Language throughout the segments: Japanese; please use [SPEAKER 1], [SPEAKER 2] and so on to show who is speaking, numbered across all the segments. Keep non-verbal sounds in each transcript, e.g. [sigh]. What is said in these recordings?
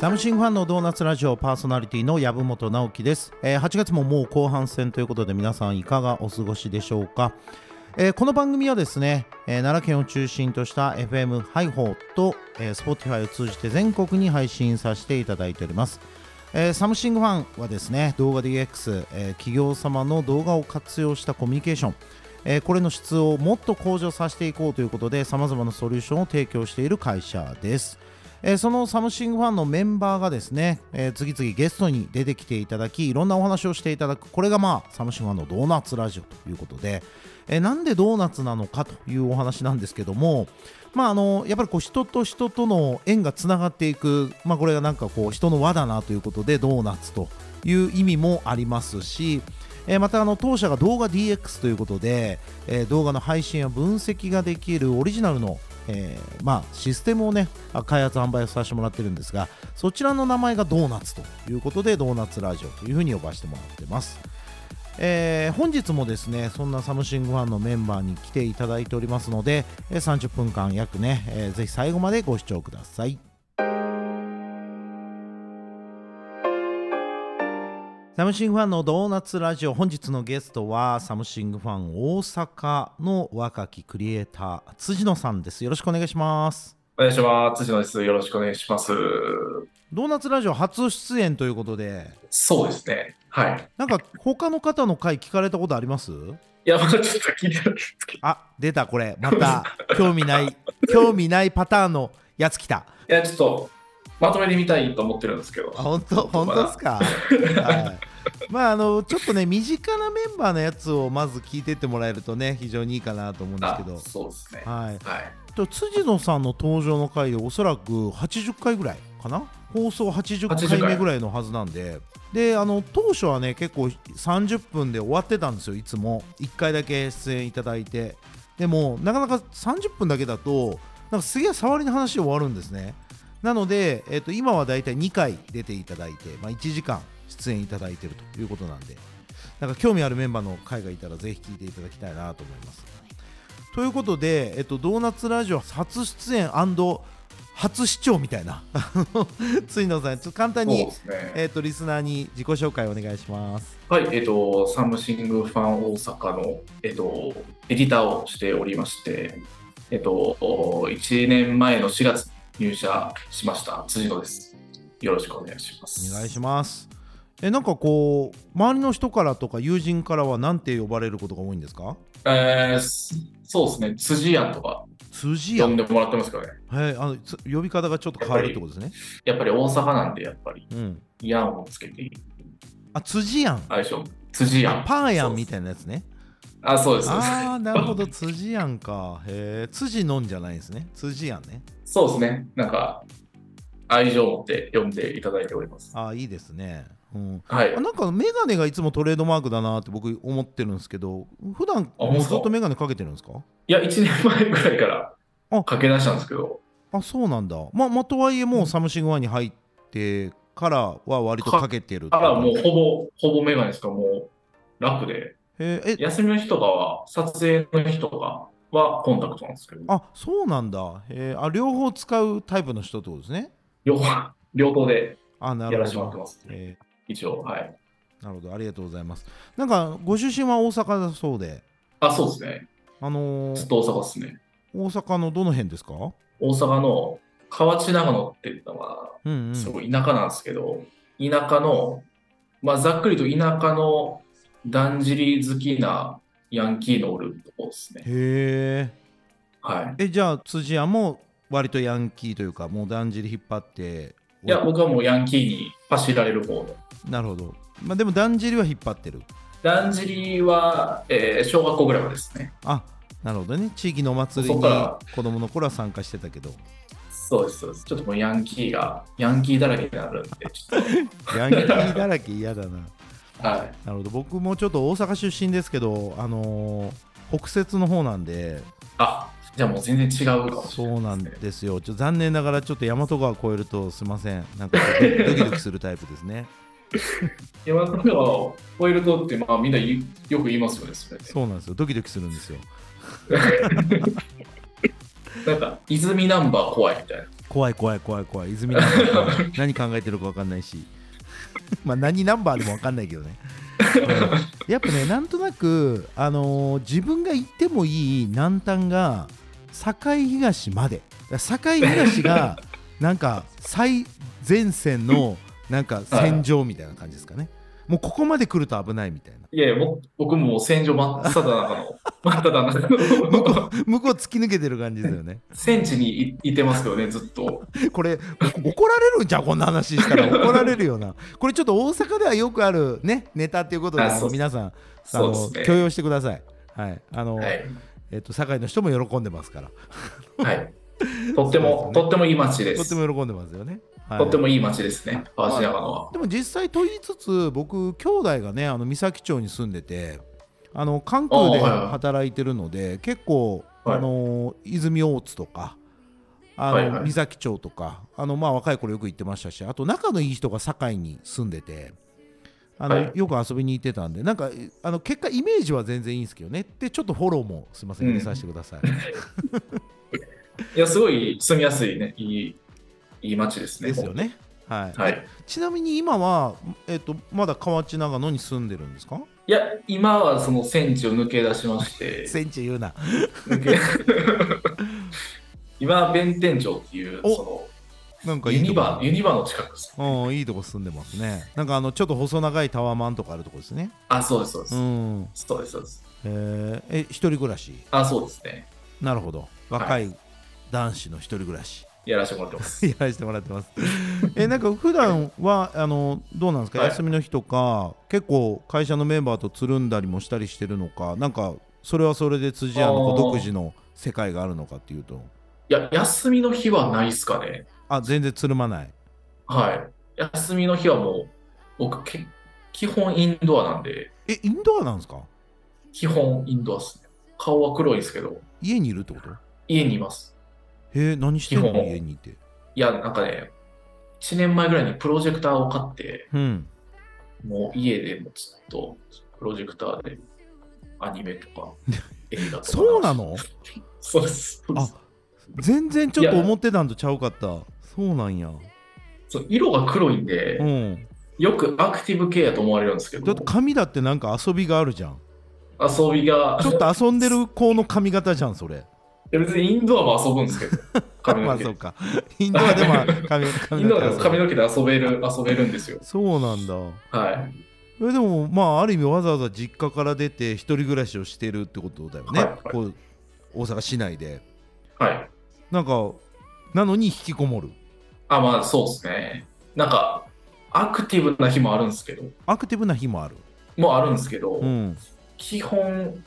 [SPEAKER 1] ラムシングファンのドーナツラジオパーソナリティの籔本直樹です、えー8月ももう後半戦ということで皆さんいかがお過ごしでしょうか、えーこの番組はですね、えー奈良県を中心とした FM ハイホーと、えー Spotify を通じて全国に配信させていただいておりますえーサムシングファンはですね動画 DX、えー企業様の動画を活用したコミュニケーション、えーこれの質をもっと向上させていこうということでさまざまなソリューションを提供している会社です、えーそのサムシングファンのメンバーがですね、えー次々ゲストに出てきていただきいろんなお話をしていただくこれがまあサムシングファンのドーナツラジオということで、えーなんでドーナツなのかというお話なんですけどもまああのやっぱりこう人と人との縁がつながっていく、まあ、これがなんかこう人の輪だなということでドーナツという意味もありますし、えーまたあの当社が動画 DX ということで、えー動画の配信や分析ができるオリジナルの、えーまあ、システムをねあ開発販売をさせてもらってるんですがそちらの名前がドーナツということでドーナツラジオというふうに呼ばせてもらってます。えー本日もですねそんなサムシングファンのメンバーに来ていただいておりますので、えー30分間約ね、えーぜひ最後までご視聴くださいサムシングファンのドーナツラジオ本日のゲストはサムシングファン大阪の若きクリエイター辻野さんですよろしくお願いします
[SPEAKER 2] お願いします。辻野です。よろしくお願いします。
[SPEAKER 1] ドーナツラジオ初出演ということで
[SPEAKER 2] そうですね。はい。
[SPEAKER 1] なんか他の方の回聞かれたことあります
[SPEAKER 2] いや、まだちょっと聞いてないですけど。
[SPEAKER 1] あ出たこれま [laughs] た興味ない興味ないパターンのやつ来た
[SPEAKER 2] いや、ちょっと、まとめてみたいと思ってるんですけど。
[SPEAKER 1] あ本当本当ですか、はい、まああのちょっとね身近なメンバーのやつをまず聞いてってもらえるとね非常にいいかなと思うんですけ
[SPEAKER 2] あ
[SPEAKER 1] ど
[SPEAKER 2] そうですね。
[SPEAKER 1] はい
[SPEAKER 2] はい。
[SPEAKER 1] と辻野さんの登場の回でおそらく80回ぐらいかな放送80
[SPEAKER 2] 80
[SPEAKER 1] 回
[SPEAKER 2] 回
[SPEAKER 1] 目ぐらいのはずなんでであの当初はね結構30分で終わってたんですよいつも1回だけ出演いただいてでもなかなか30分だけだとなんかすげえ触りの話で終わるんですねなので、えっと今はだいたい2回出ていただいて、まあ、1時間出演いただいてるということなんでなんか興味あるメンバーの回がいたらぜひ聞いていただきたいなと思いますということで、えっと、ドーナツラジオ初出演初視聴みたいな [laughs] 辻野さんちょっと簡単
[SPEAKER 2] そうで
[SPEAKER 1] に、
[SPEAKER 2] すね。
[SPEAKER 1] えっと、リスナーに自己紹介お願いします
[SPEAKER 2] はい、えっ、と、サムシングファン大阪の、えっ、と、エディターをしておりまして、えっ、と、1年前の4月入社しました。辻野です。よろしくお願いします。
[SPEAKER 1] お願いしますえなんかこう周りの人からとか友人からは何て呼ばれることが多いんですか
[SPEAKER 2] えーすそうですね。辻屋とか
[SPEAKER 1] 辻
[SPEAKER 2] 呼
[SPEAKER 1] や、
[SPEAKER 2] んでもらってますけどね。
[SPEAKER 1] はい、あのつ呼び方がちょっと変わるってことですね、
[SPEAKER 2] やっぱり大阪なんで、やっぱり、
[SPEAKER 1] うん、
[SPEAKER 2] ヤンをつけて、
[SPEAKER 1] あ辻やん
[SPEAKER 2] 相性、辻ヤン。
[SPEAKER 1] パーやんみたいなやつね
[SPEAKER 2] あ、そうです。そうです
[SPEAKER 1] ああなるほど辻やんかへえ辻のんじゃないんですね辻やんね
[SPEAKER 2] そうですね。なんか、愛情を持って呼んでいただいております。
[SPEAKER 1] ああいいですねうん
[SPEAKER 2] はい
[SPEAKER 1] あ。なんかメガネがいつもトレードマークだなって僕思ってるんですけど普段
[SPEAKER 2] あ本当
[SPEAKER 1] もうずっとメガネかけてるんですか
[SPEAKER 2] いや、1年前ぐらいから
[SPEAKER 1] あ
[SPEAKER 2] 駆け出したんですけど、
[SPEAKER 1] あそうなんだまあまあとはいえもうサムシングワンに入ってからは割とかけてるって
[SPEAKER 2] あ
[SPEAKER 1] こと
[SPEAKER 2] らもうほぼ、ほぼメガネですか、もう楽で、
[SPEAKER 1] へーえ
[SPEAKER 2] 休みの日とかは、撮影の日とかはコンタクトなんですけど、
[SPEAKER 1] あそうなんだへーあ両方使うタイプの人ってことですね
[SPEAKER 2] 両方、両方で
[SPEAKER 1] あな
[SPEAKER 2] や
[SPEAKER 1] る
[SPEAKER 2] ら
[SPEAKER 1] ほ
[SPEAKER 2] せてもらって
[SPEAKER 1] ど
[SPEAKER 2] ます。
[SPEAKER 1] へ
[SPEAKER 2] 一応、はい。
[SPEAKER 1] ーなるほどありがとうございますなんかご出身は大阪だそうで
[SPEAKER 2] あ、そうですね。
[SPEAKER 1] あのー
[SPEAKER 2] ずっと大阪ですね。
[SPEAKER 1] 大阪のどの辺ですか
[SPEAKER 2] 大阪の河内長野っていうのは、
[SPEAKER 1] うんうん
[SPEAKER 2] すごい田舎なんですけど、田舎の、まあ、ざっくりと田舎のだんじり好きなヤンキーのおるとこですね。
[SPEAKER 1] へー
[SPEAKER 2] はい。
[SPEAKER 1] えじゃあ辻屋も割とヤンキーというかもうだんじり引っ張って
[SPEAKER 2] いや、僕はもうヤンキーに走られる方の。
[SPEAKER 1] なるほど、まあ、でもだんじりは引っ張ってる
[SPEAKER 2] だんじりは、えー小学校ぐらいまでですね。
[SPEAKER 1] あなるほどね地域のお祭りに
[SPEAKER 2] そっか
[SPEAKER 1] 子供の頃は参加してたけど
[SPEAKER 2] そうです、そうです。ちょっともうヤンキーが、ヤンキーだらけになるんで、ちょっ
[SPEAKER 1] ヤンキーだらけ嫌だな [laughs]
[SPEAKER 2] と。はい。
[SPEAKER 1] なるほど僕もちょっと大阪出身ですけどあのー北摂の方なんで
[SPEAKER 2] あ、じゃあもう全然違うかもしれ
[SPEAKER 1] そうな
[SPEAKER 2] ない
[SPEAKER 1] ん
[SPEAKER 2] ですね。
[SPEAKER 1] ですよちょ残念ながらちょっと大和川越えるとすいませんなんかドキドキドキするタイプですね
[SPEAKER 2] 山の川を越えるとって、まあみんな言いよく言いますよね、それね
[SPEAKER 1] そうなんですよドキドキするんですよ
[SPEAKER 2] なんか、泉ナンバー怖いみたいな。
[SPEAKER 1] 怖い怖い怖い怖い泉ナンバー怖い何考えてるか分かんないし [laughs] まあ何ナンバーでも分かんないけど [laughs] ね、うんやっぱねなんとなく、あのー自分が行ってもいい南端が堺東までだから堺東 [laughs] がなんか最前線のなんか戦場みたいな感じですかねもうここまで来ると危ないみたいない
[SPEAKER 2] やいや、もう僕もう戦場真っ只中
[SPEAKER 1] [laughs]
[SPEAKER 2] の、真っ只中
[SPEAKER 1] 向
[SPEAKER 2] の、
[SPEAKER 1] こう向こう突き抜けてる感じですよね
[SPEAKER 2] 戦地にいいてますけどね、ずっと。
[SPEAKER 1] これお怒られるんじゃんこんな話した
[SPEAKER 2] [laughs]
[SPEAKER 1] ら怒られるよなこれちょっと大阪ではよくあるねネタっていうことで
[SPEAKER 2] あ
[SPEAKER 1] あ
[SPEAKER 2] そ
[SPEAKER 1] の
[SPEAKER 2] う
[SPEAKER 1] 皆さんあ
[SPEAKER 2] そう
[SPEAKER 1] の
[SPEAKER 2] です
[SPEAKER 1] 許
[SPEAKER 2] ね。
[SPEAKER 1] 容してくださいはいあの、
[SPEAKER 2] はい。
[SPEAKER 1] えっと堺の人も喜んでますから
[SPEAKER 2] はい。とっても、
[SPEAKER 1] そうですね
[SPEAKER 2] とってもいい街で
[SPEAKER 1] とって
[SPEAKER 2] す。
[SPEAKER 1] も喜んでますよね、はい、
[SPEAKER 2] とってもいい街ですね、淡路長野は。
[SPEAKER 1] でも実際と言いつつ僕兄弟がねあの三崎町に住んでてあの関空で
[SPEAKER 2] あーはいはい
[SPEAKER 1] 働いてるので結構、
[SPEAKER 2] はい
[SPEAKER 1] あの泉大津とかあの、
[SPEAKER 2] はいはい
[SPEAKER 1] 三崎町とかあの、まあ、若い頃よく行ってましたしあと仲のいい人が堺に住んでてあの、
[SPEAKER 2] はい
[SPEAKER 1] よく遊びに行ってたんでなんかあの結果イメージは全然いいんですけどねでちょっとフォローもすいません
[SPEAKER 2] うん
[SPEAKER 1] 入れさせてくだ
[SPEAKER 2] [laughs]
[SPEAKER 1] さい、
[SPEAKER 2] いや、すごい住みやすいね、いい、いい街ですね。
[SPEAKER 1] ですよね、はい
[SPEAKER 2] はい。
[SPEAKER 1] ちなみに今は、えっとまだ河内長野に住んでるんですか
[SPEAKER 2] いや、今はその戦地を抜け出し
[SPEAKER 1] [laughs]
[SPEAKER 2] まして、
[SPEAKER 1] センチ言うな
[SPEAKER 2] 抜け [laughs] 今は弁天町っていう、
[SPEAKER 1] お
[SPEAKER 2] そ
[SPEAKER 1] なんか
[SPEAKER 2] の
[SPEAKER 1] い
[SPEAKER 2] ユ
[SPEAKER 1] い
[SPEAKER 2] ニ
[SPEAKER 1] とこ
[SPEAKER 2] バ、ユニバの近くです。
[SPEAKER 1] うん、いいとこ住んでますね。なんかあのちょっと細長いタワーマンとかあるとこですね。
[SPEAKER 2] あ、そうです、そうで
[SPEAKER 1] う
[SPEAKER 2] す。
[SPEAKER 1] ん。
[SPEAKER 2] そうです、そうです。
[SPEAKER 1] えーえ、一人暮らし。
[SPEAKER 2] あ、そうですね。
[SPEAKER 1] なるほど。若い男子の一人暮らし。 [laughs]
[SPEAKER 2] やらせてもらってます。
[SPEAKER 1] やらせてもらって
[SPEAKER 2] [laughs]
[SPEAKER 1] ます。え、なんか普段はあのどうなんですか、
[SPEAKER 2] はい
[SPEAKER 1] 休みの日とか、結構会社のメンバーとつるんだりもしたりしてるのか、なんかそれはそれで辻屋のこう
[SPEAKER 2] あー
[SPEAKER 1] 独自の世界があるのかっていうと、
[SPEAKER 2] いや、休みの日はないっすかね。
[SPEAKER 1] あ、全然つるまない。
[SPEAKER 2] はい。休みの日はもう、僕、け基本インドアなんで、
[SPEAKER 1] え、インドアなんですか
[SPEAKER 2] 基本インドアっすね。顔は黒いですけど、
[SPEAKER 1] 家にいるってこと
[SPEAKER 2] 家にいます。
[SPEAKER 1] えー、何してんの
[SPEAKER 2] 基本
[SPEAKER 1] 家にいて。
[SPEAKER 2] いや、なんかね、1年前ぐらいにプロジェクターを買って、
[SPEAKER 1] うん。
[SPEAKER 2] もう家でもずっとプロジェクターでアニメと
[SPEAKER 1] [laughs]
[SPEAKER 2] か映画とか。
[SPEAKER 1] そうなの
[SPEAKER 2] そうです。そうで
[SPEAKER 1] あ
[SPEAKER 2] す
[SPEAKER 1] 全然ちょっと思ってたんとちゃうかったそうなんや
[SPEAKER 2] そう色が黒いんで
[SPEAKER 1] う、ん
[SPEAKER 2] よくアクティブ系やと思われるんですけ
[SPEAKER 1] だ
[SPEAKER 2] ど
[SPEAKER 1] って、髪だってなんか遊びがあるじゃん
[SPEAKER 2] 遊びが
[SPEAKER 1] ちょ、っと遊んでる子の髪型じゃんそ
[SPEAKER 2] [laughs]
[SPEAKER 1] れ
[SPEAKER 2] いや別にインドアも遊ぶんですけど、髪
[SPEAKER 1] [laughs] ま
[SPEAKER 2] の
[SPEAKER 1] あ
[SPEAKER 2] 毛
[SPEAKER 1] そうかインドアで
[SPEAKER 2] [laughs]
[SPEAKER 1] も髪
[SPEAKER 2] イ
[SPEAKER 1] 髪
[SPEAKER 2] ンド
[SPEAKER 1] 型
[SPEAKER 2] アでも髪
[SPEAKER 1] 遊ぶ
[SPEAKER 2] の毛で遊べる、遊べるんですよ。
[SPEAKER 1] そうなんだ
[SPEAKER 2] はい。
[SPEAKER 1] えでもまあある意味わざわざ実家から出て一人暮らしをしてるってことだよね、
[SPEAKER 2] はいはい
[SPEAKER 1] こう大阪市内で
[SPEAKER 2] はい。
[SPEAKER 1] なんかなのに引きこもる
[SPEAKER 2] あ、まあ、そうですね。なんか、アクティブな日もあるんですけど、
[SPEAKER 1] アクティブな日もある
[SPEAKER 2] もうあるんですけど、
[SPEAKER 1] うん、
[SPEAKER 2] 基本、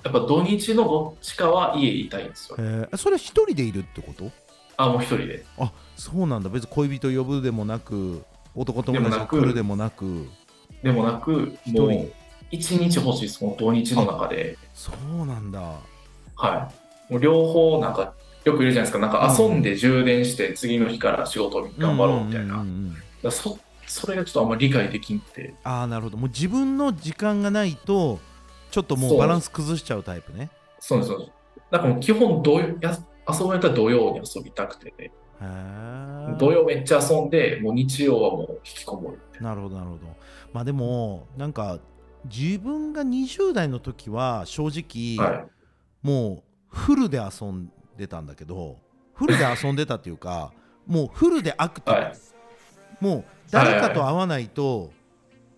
[SPEAKER 2] やっぱ土日のどっちかは家にいたいんですよ
[SPEAKER 1] え。ーそれ一人でいるってこと
[SPEAKER 2] あ、もう一人で。
[SPEAKER 1] あそうなんだ別に恋人呼ぶでもなく男友達が来るでもなく
[SPEAKER 2] でもなく、
[SPEAKER 1] 一
[SPEAKER 2] も
[SPEAKER 1] 人
[SPEAKER 2] う、一日欲しいです、もう土日の中で。
[SPEAKER 1] そうなんだ
[SPEAKER 2] はい。もう両方、なんか、よく言うじゃないですか、なんか遊んで充電して、次の日から仕事頑張ろうみたい
[SPEAKER 1] んん
[SPEAKER 2] な。だか
[SPEAKER 1] うんうん
[SPEAKER 2] らそそれがちょっとあんまり理解できんくて、
[SPEAKER 1] ああなるほどもう自分の時間がないとちょっとも
[SPEAKER 2] そうう
[SPEAKER 1] バランス崩しちゃうタイプね
[SPEAKER 2] そうです、そうです。なんかもう基本土曜、や遊ぶんやったら土曜に遊びたくて、
[SPEAKER 1] へえ
[SPEAKER 2] 土曜めっちゃ遊んで、もう日曜はもう引きこもるみたいな。
[SPEAKER 1] なるほどなるほどまあでもなんか自分が20代の時は正直、
[SPEAKER 2] はい、
[SPEAKER 1] もうフルで遊んでたんだけどフルで遊んでたっていうかもうフルでアクティブ、
[SPEAKER 2] はい
[SPEAKER 1] もう誰かと会わないと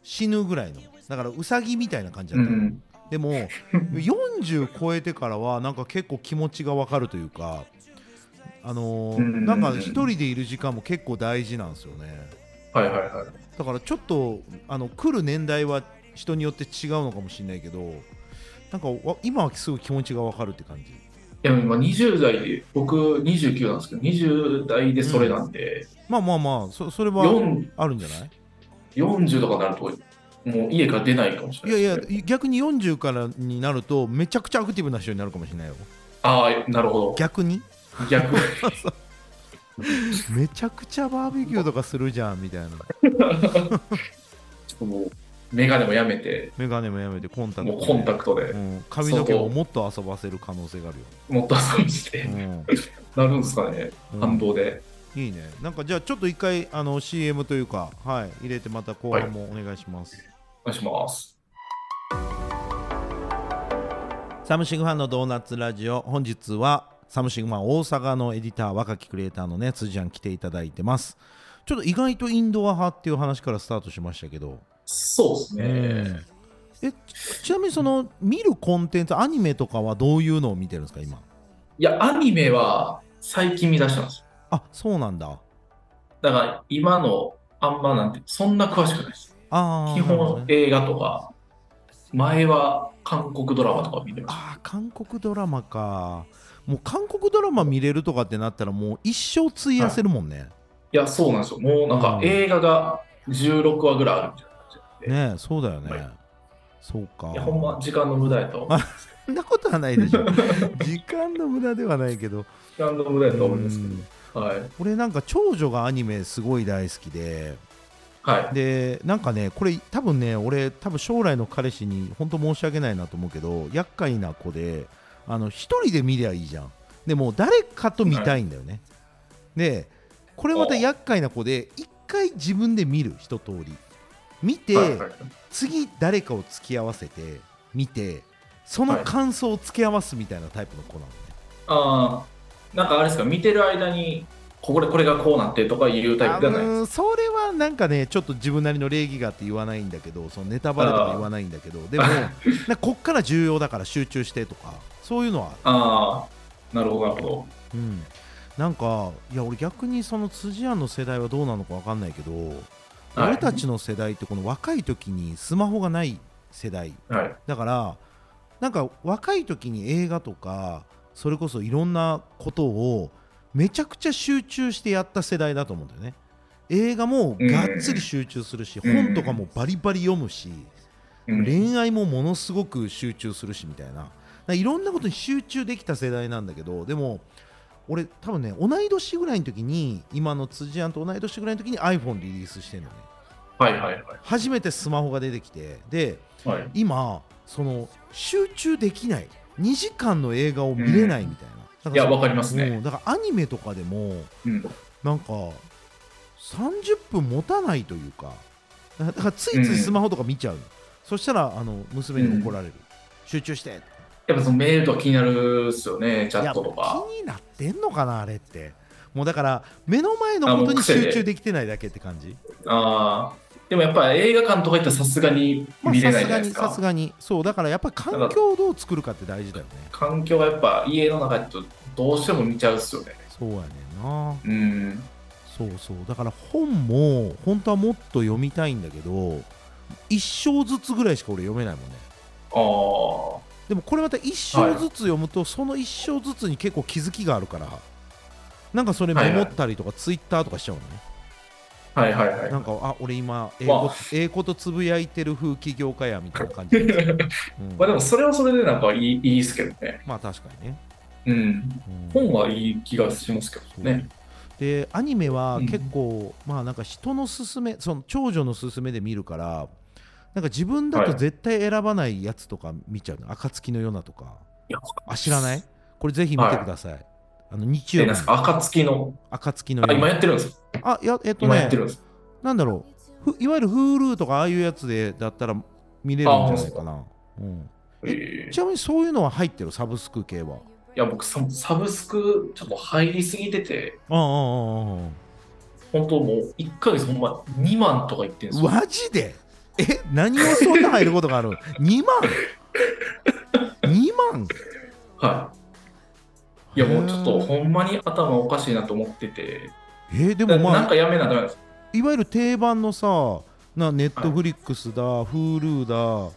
[SPEAKER 1] 死ぬぐらいのだからウサギみたいな感じ
[SPEAKER 2] う
[SPEAKER 1] だったの、
[SPEAKER 2] ん、
[SPEAKER 1] でも40超えてからはなんか結構気持ちがわかるというかあのー
[SPEAKER 2] うんうんうん
[SPEAKER 1] なんか一人でいる時間も結構大事なんですよね
[SPEAKER 2] はいはいはい。
[SPEAKER 1] だからちょっとあの来る年代は人によって違うのかもしれないけどなんかわ今はすごい気持ちがわかるって感じ
[SPEAKER 2] でも今20代で、僕29なんですけど、20代でそれなんで、
[SPEAKER 1] まあまあまあそそれは
[SPEAKER 2] 四
[SPEAKER 1] あるんじゃない
[SPEAKER 2] 40とかになると、もう家から出ないかもしれ
[SPEAKER 1] い
[SPEAKER 2] な
[SPEAKER 1] や
[SPEAKER 2] い
[SPEAKER 1] い
[SPEAKER 2] ですね、
[SPEAKER 1] や逆に40からになるとめちゃくちゃアクティブな人になるかもしれないよ
[SPEAKER 2] ああ、なるほど。
[SPEAKER 1] 逆に
[SPEAKER 2] 逆。
[SPEAKER 1] [laughs] めちゃくちゃバーベキューとかするじゃんみたいな
[SPEAKER 2] ちょっともう、メガネもやめて、
[SPEAKER 1] メガネもやめてコンタクト
[SPEAKER 2] も
[SPEAKER 1] ね、
[SPEAKER 2] うコンタクトで
[SPEAKER 1] う、ん、髪の毛をもっと遊ばせる可能性があるよ
[SPEAKER 2] もっと遊びして、
[SPEAKER 1] ね、
[SPEAKER 2] なるんですかね、
[SPEAKER 1] うん
[SPEAKER 2] 反動で。
[SPEAKER 1] ういいねなんかじゃあちょっと一回あの CM というか、はい、入れてまた後半もお願いします、
[SPEAKER 2] お願いします。
[SPEAKER 1] サムシングファンのドーナツラジオ本日はサムシングファン大阪のエディター若きクリエイターのね辻ちゃん来ていただいてますちょっと意外とインドア派っていう話からスタートしましたけど、
[SPEAKER 2] そうですね。
[SPEAKER 1] えちちなみにその見るコンテンツアニメとかはどういうのを見てるんですか今
[SPEAKER 2] いや、アニメは最近見出したんですよ。
[SPEAKER 1] あそうなんだ
[SPEAKER 2] だから今のあんまなんて、そんな詳しくないです。
[SPEAKER 1] あー
[SPEAKER 2] 基
[SPEAKER 1] なるほどね
[SPEAKER 2] 本映画とか、前は韓国ドラマとか見てました。
[SPEAKER 1] あー韓国ドラマかもう韓国ドラマ見れるとかってなったらもう一生費やせるもんね、
[SPEAKER 2] いや、そうなんですよ。もうなんか映画が16話ぐらいあるみたいな感じで。
[SPEAKER 1] ねえそうだよね、
[SPEAKER 2] はい
[SPEAKER 1] そうか
[SPEAKER 2] いや、ほんま時間の無駄やと。
[SPEAKER 1] あそんなことはないでしょ時間の無駄ではないけど
[SPEAKER 2] 時間の無駄やと思うんですけ
[SPEAKER 1] うん
[SPEAKER 2] ど。はい。
[SPEAKER 1] 俺なんか長女がアニメすごい大好きで
[SPEAKER 2] はい。
[SPEAKER 1] でなんかねこれ多分ね俺多分将来の彼氏に本当申し訳ないなと思うけど厄介な子であの一人で見りゃいいじゃんでもう誰かと見たいんだよね、でこれまた厄介な子で一回自分で見る一通り見て、
[SPEAKER 2] はいはい
[SPEAKER 1] 次誰かを付き合わせて見てその感想を付け合わすみたいなタイプの子なのね、
[SPEAKER 2] ああ、なんかあれですか、見てる間に、ここでこれがこうなってとかいうタイプじゃな
[SPEAKER 1] あ
[SPEAKER 2] いです
[SPEAKER 1] のーそれはなんかねちょっと自分なりの礼儀があって言わないんだけどそのネタバレとか言わないんだけど
[SPEAKER 2] [laughs]
[SPEAKER 1] でもなんかこっから重要だから集中してとかそういうのは、
[SPEAKER 2] ああ、なるほど、なるほど。
[SPEAKER 1] うん、なんかいや俺逆にその辻庵の世代はどうなのか分かんないけど、
[SPEAKER 2] はい
[SPEAKER 1] 俺たちの世代ってこの若い時にスマホがない世代
[SPEAKER 2] はい。
[SPEAKER 1] だからなんか若い時に映画とかそれこそいろんなことをめちゃくちゃ集中してやった世代だと思うんだよね映画もがっつり集中するし、
[SPEAKER 2] うん
[SPEAKER 1] 本とかもバリバリ読むし、
[SPEAKER 2] うん
[SPEAKER 1] 恋愛もものすごく集中するしみたいなだからいろんなことに集中できた世代なんだけどでも俺多分ね同い年ぐらいの時に今の辻庵と同い年ぐらいの時に iPhone リリースしてるのね
[SPEAKER 2] はいはいはい。
[SPEAKER 1] 初めてスマホが出てきてで
[SPEAKER 2] はい、
[SPEAKER 1] 今その集中できない2時間の映画を見れないみたいな、だ
[SPEAKER 2] いや、
[SPEAKER 1] その
[SPEAKER 2] わかりますね。
[SPEAKER 1] うんだからアニメとかでも
[SPEAKER 2] うん、
[SPEAKER 1] なんか30分持たないというかだだからついついスマホとか見ちゃう、そしたらあの娘に怒られる、集中して
[SPEAKER 2] やっぱそのメールとか気になるっすよね、チャ
[SPEAKER 1] い
[SPEAKER 2] ッ
[SPEAKER 1] や
[SPEAKER 2] トとか。
[SPEAKER 1] 気になってんのかなあれってもうだから目の前のこと
[SPEAKER 2] あも
[SPEAKER 1] に
[SPEAKER 2] う癖で
[SPEAKER 1] 集中できてないだけって感じ
[SPEAKER 2] ああでもやっぱ映画館とか行ったらさすがに
[SPEAKER 1] まあ
[SPEAKER 2] 見れ
[SPEAKER 1] さ
[SPEAKER 2] ない
[SPEAKER 1] す
[SPEAKER 2] じゃ
[SPEAKER 1] が
[SPEAKER 2] ないで
[SPEAKER 1] に
[SPEAKER 2] す
[SPEAKER 1] さ
[SPEAKER 2] か
[SPEAKER 1] す。がにそうだからやっぱり環境をどう作るかって大事だよね
[SPEAKER 2] 環境はやっぱ家の中だとどうしても見ちゃうっすよね。
[SPEAKER 1] そうやねんな
[SPEAKER 2] うん。
[SPEAKER 1] そうそうだから本も本当はもっと読みたいんだけど一章ずつぐらいしか俺読めないもんね
[SPEAKER 2] ああ。
[SPEAKER 1] でもこれまた一章ずつ読むと、その一章ずつに結構気づきがあるからなんかそれメモったりとかツイッターとかしちゃうのね、
[SPEAKER 2] はいはいはい。
[SPEAKER 1] なんかあ俺今英語
[SPEAKER 2] まあ
[SPEAKER 1] 英語とつぶやいてる風紀業界やみたいな感
[SPEAKER 2] [laughs]
[SPEAKER 1] じ、うん
[SPEAKER 2] まあでもそれはそれでなんかいいいいっすけどね。
[SPEAKER 1] まあ確かにね、
[SPEAKER 2] うん。
[SPEAKER 1] うん
[SPEAKER 2] 本はいい気がしますけどね。
[SPEAKER 1] でアニメは結構、まあなんか人の勧めその長女の勧めで見るからなんか自分だと
[SPEAKER 2] はい
[SPEAKER 1] 絶対選ばないやつとか見ちゃうの「暁のよな」とか
[SPEAKER 2] いや
[SPEAKER 1] あ知らないこれぜひ見てください、あの日
[SPEAKER 2] え、
[SPEAKER 1] 曜
[SPEAKER 2] なん
[SPEAKER 1] 日
[SPEAKER 2] ですか、暁の。
[SPEAKER 1] 暁の
[SPEAKER 2] あ、
[SPEAKER 1] よ
[SPEAKER 2] 今
[SPEAKER 1] な
[SPEAKER 2] やってるんですか
[SPEAKER 1] あいやえっと
[SPEAKER 2] 今や
[SPEAKER 1] ね
[SPEAKER 2] ってるんですか
[SPEAKER 1] なんだろうふいわゆる Hulu とかああいうやつでだったら見れるんじゃないかな、うん、
[SPEAKER 2] えー
[SPEAKER 1] ちなみにそういうのは入ってるサブスク系は
[SPEAKER 2] や、僕サ、サブスクちょっと入りすぎてて、
[SPEAKER 1] ああああああ
[SPEAKER 2] 本当もう1ヶ月ほんま2万とかいってるんですよ。
[SPEAKER 1] マジでえ何をそんな入ることがある2万 ?2 万
[SPEAKER 2] はい。いや、もうちょっとほんまに頭おかしいなと思ってて、
[SPEAKER 1] えーで
[SPEAKER 2] な
[SPEAKER 1] も
[SPEAKER 2] なん
[SPEAKER 1] まあ
[SPEAKER 2] かやめなダメなんです。
[SPEAKER 1] いわゆる定番のさなネットフリックスだ、Hulu だ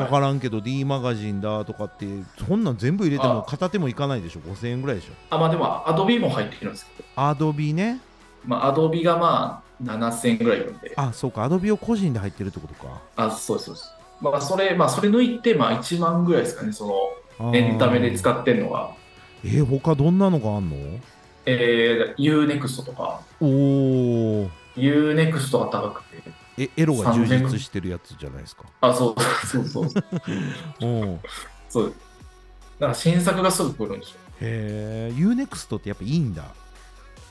[SPEAKER 2] い
[SPEAKER 1] わからんけど D マガジンだとかってそんなん全部入れても
[SPEAKER 2] あ
[SPEAKER 1] 片手もいかないでしょ5000円ぐらいでしょ
[SPEAKER 2] あ、まあでも、アドビも入ってきるんですけど、
[SPEAKER 1] アドビね
[SPEAKER 2] まあ、アドビがまあ7000円ぐらいいるんで、
[SPEAKER 1] あそうかアドビを個人で入ってるってことか
[SPEAKER 2] あ、そうですそうです。まあ、それ、まあ、それ抜いて、まあ、1万ぐらいですかね、そ
[SPEAKER 1] あ
[SPEAKER 2] の、
[SPEAKER 1] ー
[SPEAKER 2] エンタメで使ってるのが、
[SPEAKER 1] えー、他どんなのがあんの
[SPEAKER 2] えー、UNEXT とか、
[SPEAKER 1] おお
[SPEAKER 2] UNEXT が高くて、
[SPEAKER 1] えエロが充実してるやつじゃないですか
[SPEAKER 2] あ、そう、そうそう [laughs] そう。
[SPEAKER 1] うん
[SPEAKER 2] そうなんか新作がすぐ来るんですよ。
[SPEAKER 1] へえ UNEXT ってやっぱいいんだ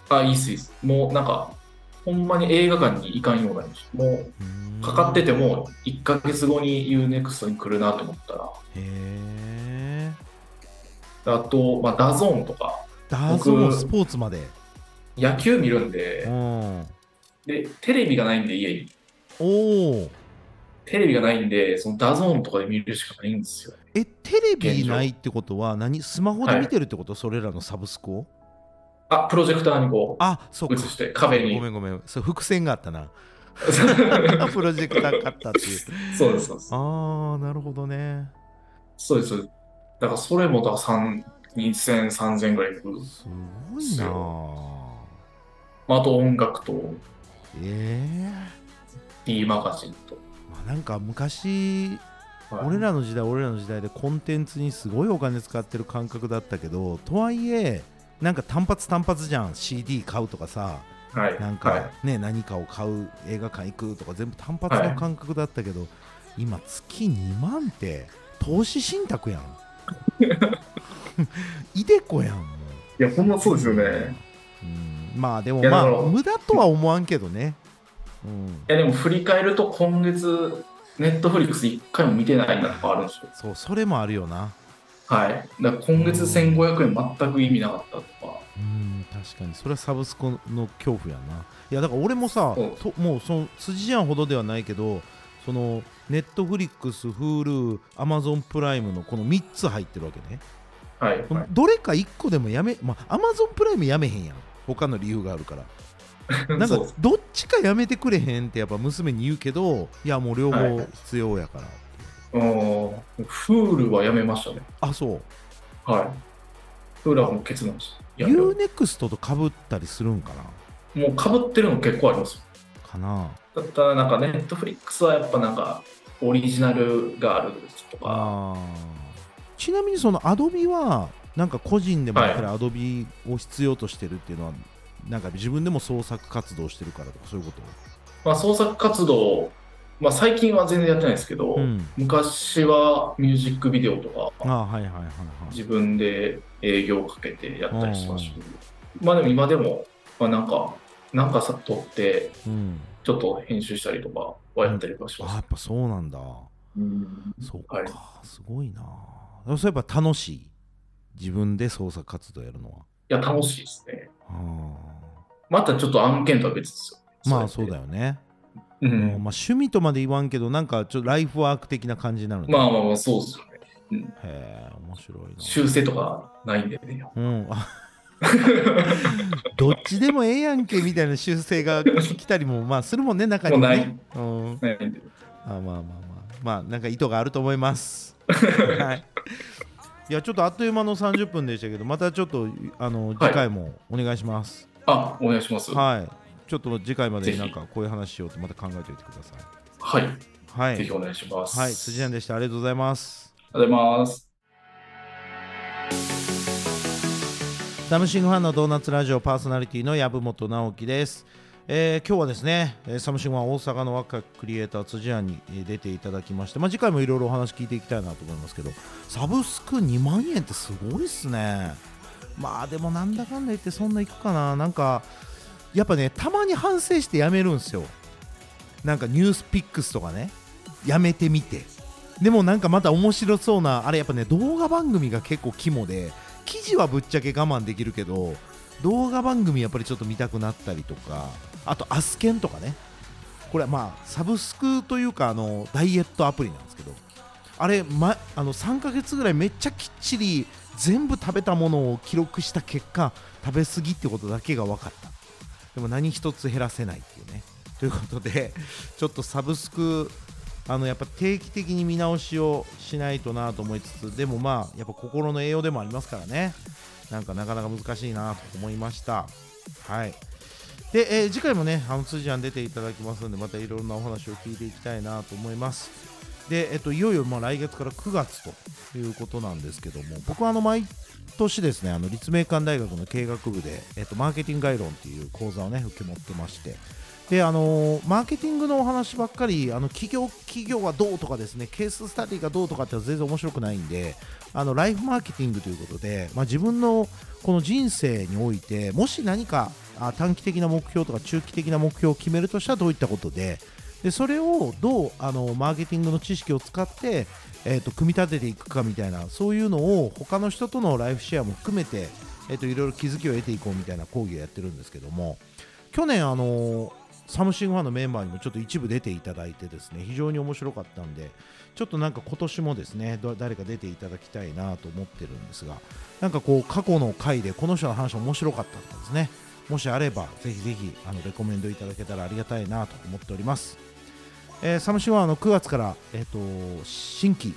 [SPEAKER 2] あ、いいっす、いいっす。もうなんか、ほんまに映画館に行かんようになりました。もうかかってても1ヶ月後に UNEXT に来るなと思ったら
[SPEAKER 1] へえ
[SPEAKER 2] あと、まあ、ダゾーンとか
[SPEAKER 1] ダーズもスポーツまで
[SPEAKER 2] 野球見るん
[SPEAKER 1] う
[SPEAKER 2] で
[SPEAKER 1] ん
[SPEAKER 2] でテレビがないんで家に
[SPEAKER 1] おお
[SPEAKER 2] テレビがないんでそのダゾーンとかで見るしかないんですよ
[SPEAKER 1] えテレビないってことは何スマホで見てるってこと、それらのサブスクを
[SPEAKER 2] あプロジェクターにこ
[SPEAKER 1] あそう
[SPEAKER 2] う
[SPEAKER 1] か
[SPEAKER 2] 映して壁
[SPEAKER 1] ご
[SPEAKER 2] に
[SPEAKER 1] めんごめんそう伏線があったな [laughs] プロジェクター買ったっていう
[SPEAKER 2] [laughs] そうですそうです
[SPEAKER 1] ああなるほどね
[SPEAKER 2] そうですそうですだからそれもだから3 2000、3000ぐらいいく、
[SPEAKER 1] すごいなあ
[SPEAKER 2] まあ、あと音楽と
[SPEAKER 1] ええ
[SPEAKER 2] D マガジンと、
[SPEAKER 1] まあ、なんか昔
[SPEAKER 2] はい
[SPEAKER 1] 俺らの時代俺らの時代でコンテンツにすごいお金使ってる感覚だったけどとはいえなんか単発単発じゃん CD 買うとかさ
[SPEAKER 2] はい、
[SPEAKER 1] なん
[SPEAKER 2] はい
[SPEAKER 1] か、ね、何かを買う映画館行くとか全部単発の感覚だったけど、今月2万って投資信託
[SPEAKER 2] [laughs]
[SPEAKER 1] やんいでこやんも
[SPEAKER 2] いやほんま
[SPEAKER 1] う
[SPEAKER 2] そうですよね
[SPEAKER 1] うん、まあでも
[SPEAKER 2] いや
[SPEAKER 1] まあ
[SPEAKER 2] だから
[SPEAKER 1] 無駄とは思わんけどねうん
[SPEAKER 2] いやでも振り返ると今月ネットフリックス1回も見てないなとかあるんですよ。
[SPEAKER 1] そうそれもあるよな
[SPEAKER 2] はい。だから今月1500円全く意味なかったとか。
[SPEAKER 1] うん確かにそれはサブスクの恐怖やないやだから俺もさ
[SPEAKER 2] うん
[SPEAKER 1] ともうその辻やんほどではないけどそのネットフリックス Hulu アマゾンプライムのこの3つ入ってるわけね
[SPEAKER 2] はい、
[SPEAKER 1] こ
[SPEAKER 2] は
[SPEAKER 1] の
[SPEAKER 2] い。
[SPEAKER 1] どれか1個でもやめまあアマゾンプライムやめへんやん他の理由がある
[SPEAKER 2] [laughs]
[SPEAKER 1] からなん
[SPEAKER 2] そ
[SPEAKER 1] か
[SPEAKER 2] うです
[SPEAKER 1] どっちかやめてくれへんってやっぱ娘に言うけどいやもう両方必要やから、
[SPEAKER 2] うーん。フールはやめましたね。
[SPEAKER 1] あそう
[SPEAKER 2] はい。フールはもう決断した。いや、で
[SPEAKER 1] UNEXT とかぶったりするんかな
[SPEAKER 2] ももうかぶってるの結構ありますよ。
[SPEAKER 1] かな
[SPEAKER 2] だったらなんかネットフリックスはやっぱなんかオリジナルがあるとか。
[SPEAKER 1] あーちなみにそのアドビはなんか個人でもやっぱりアドビを必要としてるっていうのは、なんか自分でも創作活動してるからとかそういうこ
[SPEAKER 2] まあ創作活動、まあ最近は全然やってないですけど、
[SPEAKER 1] と、うん、
[SPEAKER 2] 昔はミュージックビデオとか。
[SPEAKER 1] あーはいはいはいはい
[SPEAKER 2] 自分で営業をかけてやったりしてましたけど、まあでも今でも、まあ、なんかなんかさ撮って
[SPEAKER 1] うん、
[SPEAKER 2] ちょっと編集したりとかはやったりとかし
[SPEAKER 1] あ
[SPEAKER 2] ま
[SPEAKER 1] ー
[SPEAKER 2] し
[SPEAKER 1] や
[SPEAKER 2] た
[SPEAKER 1] っ、ぱそうなんだ
[SPEAKER 2] うん
[SPEAKER 1] そっか、
[SPEAKER 2] はい
[SPEAKER 1] すごいなそういえば楽しい自分で創作活動やるのはい
[SPEAKER 2] や楽しいですね
[SPEAKER 1] あ
[SPEAKER 2] またちょっと案件とは別です
[SPEAKER 1] ー
[SPEAKER 2] よ
[SPEAKER 1] まあそうだ
[SPEAKER 2] よ、
[SPEAKER 1] よね、う
[SPEAKER 2] う
[SPEAKER 1] んまあ
[SPEAKER 2] ん、
[SPEAKER 1] 趣味とまで言わんけどなんかちょっとライフワーク的な感じになるね
[SPEAKER 2] まあまあまあそうですよね
[SPEAKER 1] へえ面白いな
[SPEAKER 2] 修正とかないんでね
[SPEAKER 1] うん、 [laughs] あどっちでもええやんけみたいな修正が来たりもまあするもんね中に
[SPEAKER 2] もうな
[SPEAKER 1] ね
[SPEAKER 2] い。
[SPEAKER 1] うん、
[SPEAKER 2] ないんで
[SPEAKER 1] あまあまあまあまあなんか意図があると思います。
[SPEAKER 2] [laughs]
[SPEAKER 1] はい。いやちょっとあっという間の30分でしたけどまたちょっとあの次回もお願いします。
[SPEAKER 2] あお願いしますは
[SPEAKER 1] はい。ちょっと次回までに
[SPEAKER 2] ぜ
[SPEAKER 1] なん
[SPEAKER 2] ひ
[SPEAKER 1] かこういう話しようとまた考えておいてください。
[SPEAKER 2] い、
[SPEAKER 1] は
[SPEAKER 2] ぜひ
[SPEAKER 1] い。
[SPEAKER 2] お願いします
[SPEAKER 1] はい。辻
[SPEAKER 2] あ
[SPEAKER 1] ち
[SPEAKER 2] り
[SPEAKER 1] でした。ありがとうございます。
[SPEAKER 2] がとうございます
[SPEAKER 1] サムシングファンのドーナツラジオパーソナリティの籔本直樹です、えー今日はですねえーサムシングファン大阪の若きクリエイター辻庵にえー出ていただきまして、まあ、次回もいろいろお話聞いていきたいなと思いますけどサブスク2万円ってすごいっすねまあでもなんだかんだ言ってそんないくかななんかやっぱねたまに反省してやめるんすよなんかニュースピックスとかねやめてみてでもなんかまた面白そうなあれやっぱね動画番組が結構肝で記事はぶっちゃけ我慢できるけど動画番組やっぱりちょっと見たくなったりとかあとアスケンとかねこれはまあサブスクというかあのダイエットアプリなんですけどあれ、ま、あの3ヶ月ぐらいめっちゃきっちり全部食べたものを記録した結果食べ過ぎってことだけが分かったでも何一つ減らせないっていうねということでちょっとサブスクあのやっぱ定期的に見直しをしないとなと思いつつでもまあやっぱ心の栄養でもありますからねなんかなかなか難しいなと思いましたはいで、えー次回もねあの辻庵出ていただきますのでまたいろんなお話を聞いていきたいなと思いますで、えっと、いよいよまあ来月から9月ということなんですけども僕はあの毎年ですねあの立命館大学の経営学部で、えっと、マーケティング概論っていう講座をね受け持ってましてであのマーケティングのお話ばっかりあの企業企業はどうとかですねケーススタディがどうとかってのは全然面白くないんであのライフマーケティングということで、まあ、自分のこの人生においてもし何かあ短期的な目標とか中期的な目標を決めるとしたらどういったことででそれをどうあのマーケティングの知識を使って、えー、と組み立てていくかみたいなそういうのを他の人とのライフシェアも含めて、えー、といろいろ気づきを得ていこうみたいな講義をやってるんですけども去年あのサムシングファンのメンバーにもちょっと一部出ていただいてですね非常に面白かったんでちょっとなんか今年もですねど誰か出ていただきたいなと思ってるんですがなんかこう過去の回でこの人の話面白かったとかですねもしあればぜひぜひあのレコメンドいただけたらありがたいなと思っております、えーサムシングファンはあの9月から、えー、と新規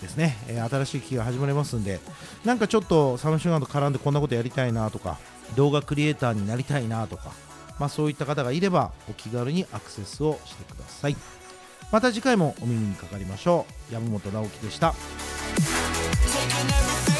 [SPEAKER 1] ですね、えー新しい機が始まりますんでなんかちょっとサムシングファンと絡んでこんなことやりたいなとか動画クリエイターになりたいなとかまあ、そういった方がいればお気軽にアクセスをしてくださいまた次回もお耳にかかりましょう山本直樹でした
[SPEAKER 3] Taking everything